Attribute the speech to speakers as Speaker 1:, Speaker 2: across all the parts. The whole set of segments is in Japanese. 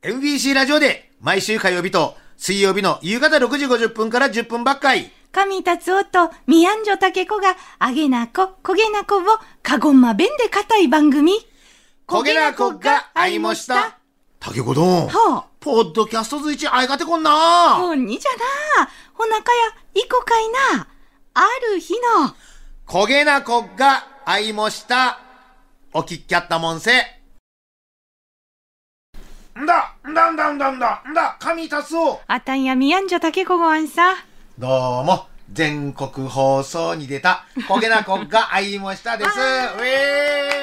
Speaker 1: MBC ラジオで毎週火曜日と水曜日の夕方6時50分から10分ばっかり。
Speaker 2: 神達夫とミヤンジョタケコが、あげなこ、こげなこを、かごんま弁で固い番組。
Speaker 1: 焦げなこが会いました。竹子どん。
Speaker 2: ほ
Speaker 1: ポッドキャストずいち会いがてこんな
Speaker 2: う、ほんにじゃな。ほなかや、いこかいな。ある日の、
Speaker 1: 焦げなこが会いました。お聞きやったもんせ。んだ、んだんだんだんだ、んだ、神達夫。
Speaker 2: あたんやミヤンジョタケコごわんさ。
Speaker 1: どうも、全国放送に出 た、焦げなこが会いましたです。ウェー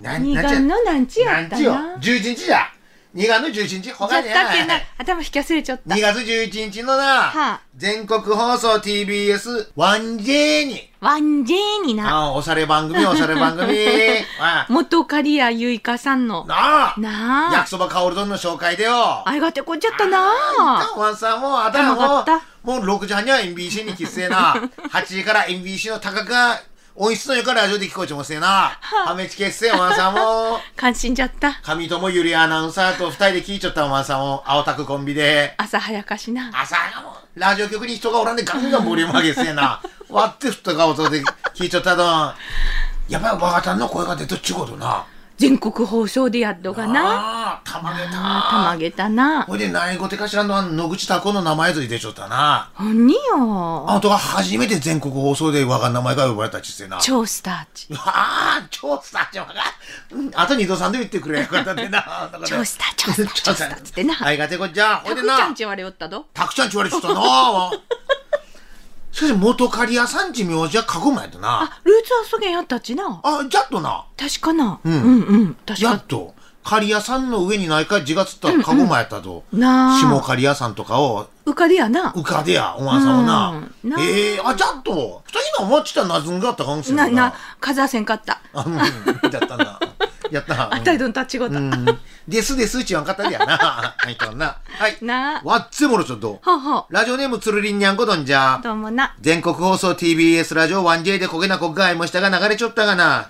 Speaker 1: イな
Speaker 2: 二
Speaker 1: なんちゃ
Speaker 2: 眼のなんちや
Speaker 1: な
Speaker 2: っ
Speaker 1: ん
Speaker 2: た
Speaker 1: ちよ
Speaker 2: な。じ
Speaker 1: ?11 日じゃ。2月の11日、ほ
Speaker 2: ゃ
Speaker 1: か
Speaker 2: っ
Speaker 1: ね。
Speaker 2: たっけな。頭引き忘れちゃった
Speaker 1: 2。月11日のな、
Speaker 2: はあ
Speaker 1: 全国放送 TBS1J に、
Speaker 2: ワンジェーにな。
Speaker 1: ああ、おしゃれ番 組、おしゃれ番組。あ
Speaker 2: 元カリアユイカさんの。
Speaker 1: なあ、
Speaker 2: な
Speaker 1: 焼
Speaker 2: あ
Speaker 1: き。そばかおる丼の紹介でよ。
Speaker 2: あいがてこっちゃったな
Speaker 1: あワンさんも、あたら
Speaker 2: 頭が
Speaker 1: も
Speaker 2: あった、
Speaker 1: もう6時半には MBC に喫せえ な。8時から MBC の高が、音質の良かラジオで聞こえちゃもせえな。はめちけっせえ、ワンさん も。
Speaker 2: 感心じゃった。
Speaker 1: 上友ゆりアナウンサーと二人で聞いちょったワンさんも、青タクコンビで。
Speaker 2: 朝早かしな。
Speaker 1: 朝がもう、ラジオ局に人がおらんでガンガンボリューム上げせえ な。割ってふった顔とで聞いちょったどん。やっぱりわがたんの声が出とっちゅうことな。
Speaker 2: 全国放送でやっとがな。
Speaker 1: ああ、たまげた。
Speaker 2: あたまげたな。
Speaker 1: ほいで、何ごてかしらのあの野口たこの名前ずいでちょったな。
Speaker 2: ほんに
Speaker 1: あ
Speaker 2: よ。
Speaker 1: んたが初めて全国放送で我が名前が呼ばれたちってな。
Speaker 2: 超スターち。
Speaker 1: ああ、超スターじゃわが。うんあと二度三度言ってくれよかったでな。
Speaker 2: 超スター、超スター、超スターっつってな。
Speaker 1: あいがてこじゃん。ほ
Speaker 2: た
Speaker 1: いで
Speaker 2: くちゃん
Speaker 1: な。
Speaker 2: ち言われよったど。
Speaker 1: たくちゃんち言われちゃった な。しかし、元刈谷さんち名字は過去もやったな。
Speaker 2: あ、ルーツはそげんやったちな。
Speaker 1: あ、じゃっとな。
Speaker 2: 確かな。うんんうん。確
Speaker 1: やっ
Speaker 2: か。
Speaker 1: と。刈谷さんの上にないか字がつったら過去もやったと。
Speaker 2: な
Speaker 1: 下
Speaker 2: あ。
Speaker 1: 刈谷さんとかを
Speaker 2: うかりやな。
Speaker 1: 浮かでや、お前さんは
Speaker 2: うん
Speaker 1: な。
Speaker 2: な
Speaker 1: ええあ、じゃっと。二人のお待ちたなずんがあったかもしれな
Speaker 2: な、
Speaker 1: い
Speaker 2: な、数はせんかった。
Speaker 1: あ、うん、やったな。やったな。
Speaker 2: あったいどん立ちご
Speaker 1: う
Speaker 2: た。
Speaker 1: ん。ですですうちわんかったりやな。 はい、とんな。はい。
Speaker 2: なあ。
Speaker 1: わっつもろちょっと。
Speaker 2: ほうほう。
Speaker 1: ラジオネームつるりんにゃんこどんじゃ。
Speaker 2: どうもな。
Speaker 1: 全国放送 TBS ラジオ 1J でこげなこっが会いましたが流れちょったがな。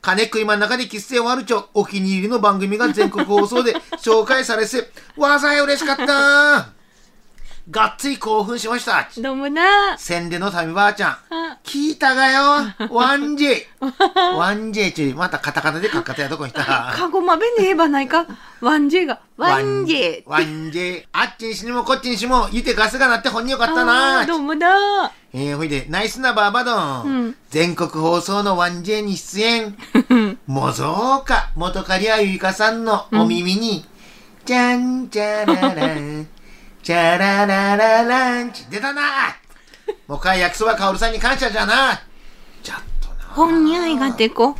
Speaker 1: 金食いまん中で喫煙ワルチョ、お気に入りの番組が全国放送で 紹介されせ、わざや嬉しかった。がっつり興奮しました。
Speaker 2: どうもな。
Speaker 1: 宣伝の民ばあちゃん
Speaker 2: あ。
Speaker 1: 聞いたがよ。ワンジ ェ。ワンジェちゅう、またカタカナでカッカタやとこにした。
Speaker 2: かごまべんで言えばないか。ワンジェが。ワンジェ。
Speaker 1: ワンジェ。あっちにしにもこっちにしも、ゆてガスがなってほんによかった
Speaker 2: あーどう
Speaker 1: な。
Speaker 2: もな。
Speaker 1: えー、ほいで、ナイスなバーバドン。
Speaker 2: うん
Speaker 1: 全国放送のワンジェに出演。もぞうか、元カリアゆいかさんのお耳に、じゃんじゃららん、じゃららららんち、出たな。もう一回焼きそばかおるさんに感謝じゃな。ちゃっとな。
Speaker 2: 本に愛がてこ。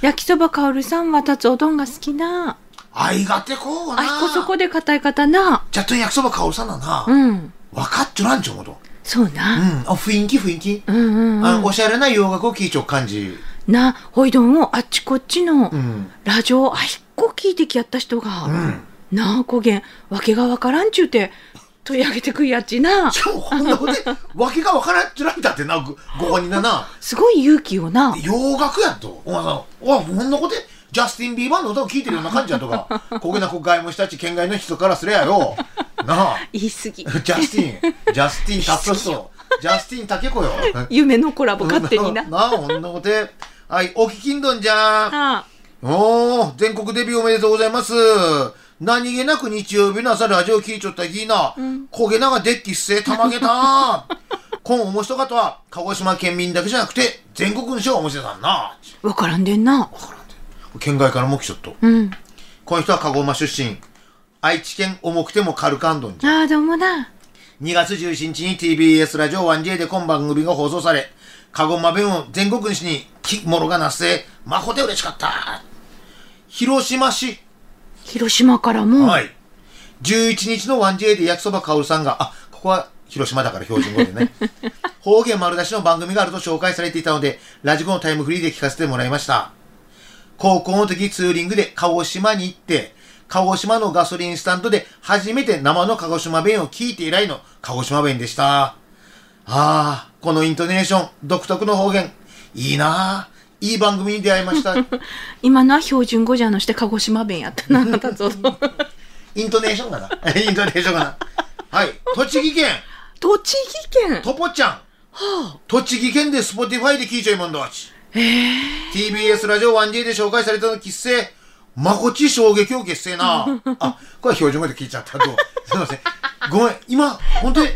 Speaker 2: 焼きそばかおるさんは立つおどんが好きな。
Speaker 1: あいがてこう
Speaker 2: あ
Speaker 1: な。
Speaker 2: いこそこで硬い方な。
Speaker 1: ちゃっと焼きそばかおるさんだな。
Speaker 2: うん。
Speaker 1: 分かっちょらんちょうこと。
Speaker 2: そう
Speaker 1: うん。
Speaker 2: な。
Speaker 1: あ、雰囲気雰囲気。
Speaker 2: うんうん
Speaker 1: あ
Speaker 2: う
Speaker 1: の、おしゃれな洋楽を聴いちょう感じ。
Speaker 2: ん。な、ほいどんをあっちこっちの
Speaker 1: うん。
Speaker 2: ラジオ、あいっこ聞いてきやった人が。
Speaker 1: うん。
Speaker 2: なあ、こげん、わけがわからんちゅうて、取り上げてくいやっちな。
Speaker 1: しかもこんなことで、わけがわからんちょらんだってな、ごご本人だな。
Speaker 2: すごい勇気をな。
Speaker 1: 洋楽やと。お前さん、おこんなことで、ジャスティン・ビーバーの歌を聴いてるような感じやとか、こげな国外もしたち、県外の人からすりゃよ。なあ、
Speaker 2: 言い過ぎ。
Speaker 1: ジャスティン、ジャスティン・タツオスジャスティン・タケコよ。
Speaker 2: 夢のコラボ勝手にな。
Speaker 1: なあ、こんなことで。はい、おききんどんじゃん。
Speaker 2: ああ、
Speaker 1: おー、全国デビューおめでとうございます。何気なく日曜日の朝ラジオ聞いちょったきいな、焦げながデッキっせたまげた。今面白かったは、鹿児島県民だけじゃなくて、全国の人が面白さんな。
Speaker 2: わからんでんな。
Speaker 1: 県外からも来ちょっと。
Speaker 2: うん。
Speaker 1: この人は鹿児島出身。愛知県重くても軽かんどんじゃ。
Speaker 2: ああ、どうもな。
Speaker 1: 2月17日に TBS ラジオ 1J で今番組が放送され、カゴマ弁を全国にしに、き、もろがなっせ、まほで嬉しかった。広島市。
Speaker 2: 広島からも。
Speaker 1: はい。11日の 1J で焼きそばかおるさんが、あ、ここは広島だから標準語でね。方言丸出しの番組があると紹介されていたので、ラジコのタイムフリーで聞かせてもらいました。高校の時ツーリングで鹿児島に行って、鹿児島のガソリンスタンドで初めて生の鹿児島弁を聞いて以来の鹿児島弁でした。ああ、このイントネーション、独特の方言、いいなあ、いい番組に出会いました。
Speaker 2: 今のは標準語じゃのして鹿児島弁やったな、達夫。
Speaker 1: イントネーションかな。イントネーションかな。はい。栃木県、
Speaker 3: 栃木県。
Speaker 1: トポちゃん。栃木県で Spotify で聞いちゃいもんだち。TBS ラジオ 1J で紹介されたの喫製、まこち衝撃を結成 な。あ、これは標準語で聞いちゃった。どうすいません。ごめん。今、本当に、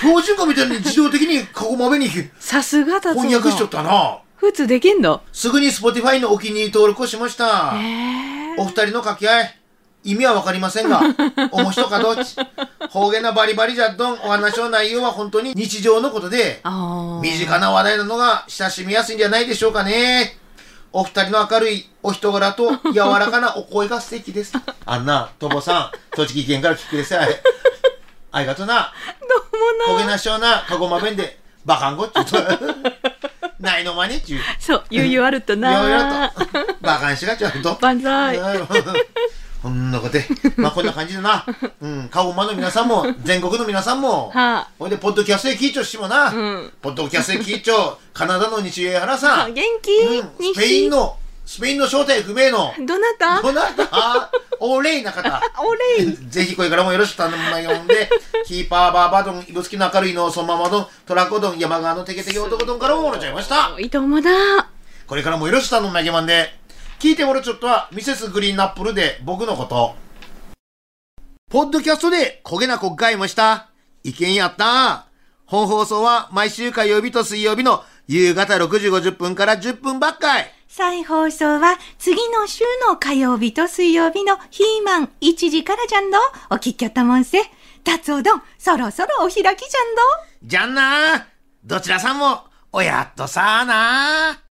Speaker 1: 標準語みたいに自動的に過去まめに翻
Speaker 3: さすが達夫
Speaker 1: 訳しちゃったな。
Speaker 3: 普通できんの
Speaker 1: すぐに Spotify のお気に入り登録をしました。
Speaker 3: ええ
Speaker 1: お二人の掛け合い、意味はわかりませ んが、面白かどっち。方言なバリバリじゃどん、お話の内容は本当に日常のことで、
Speaker 3: ああ。
Speaker 1: 身近な話題なのが親しみやすいんじゃないでしょうかね。お二人の明るいお人柄と柔らかなお声が素 敵です。あんな、ともさん、栃木県から聞くでさい。ありがと な。
Speaker 3: どうも
Speaker 1: こ
Speaker 3: な。
Speaker 1: げなしょうな、かごまべんで、バカンゴっちゅうと。 ないのまねっちゅう。
Speaker 3: そう、ゆうゆうあるとな。
Speaker 1: いろいろと。バカにしがちゃうと。
Speaker 3: 万 歳。
Speaker 1: こんなことで、まあこんな感じだな。うん、カゴマの皆さんも、全国の皆さん も、
Speaker 3: は
Speaker 1: ほいで、ポッドキャストで聞いちょしもな、
Speaker 3: うん
Speaker 1: ポッドキャストで聞いちょ、カナダの西江原
Speaker 3: あ。
Speaker 1: さ
Speaker 3: あ
Speaker 1: ん、
Speaker 3: 元気、
Speaker 1: うん、スペインの、スペインの正体不明の、
Speaker 3: 西どなた
Speaker 1: どなた、お礼な方。
Speaker 3: お礼。
Speaker 1: ぜひこれからもよろしく頼むまよんで、キーパーバーバードン、指宿の明るいのそのままどん、トラコどん、山川のテケテケ男どんからももらっちゃいました。
Speaker 3: いいともな。
Speaker 1: これからもよろしく頼むまげまんで、聞いてもらちょっとは、ミセスグリーンナップルで僕のこと。ポッドキャストで焦げなこっかいました。意見やった本放送は毎週火曜日と水曜日の夕方6時50分から10分ばっかい。
Speaker 2: 再放送は次の週の火曜日と水曜日のヒーマン1時からじゃんど。お聞きよったもんせ。達おどん、そろそろお開きじゃんど。
Speaker 1: じゃんなどちらさんも、おやっとさあな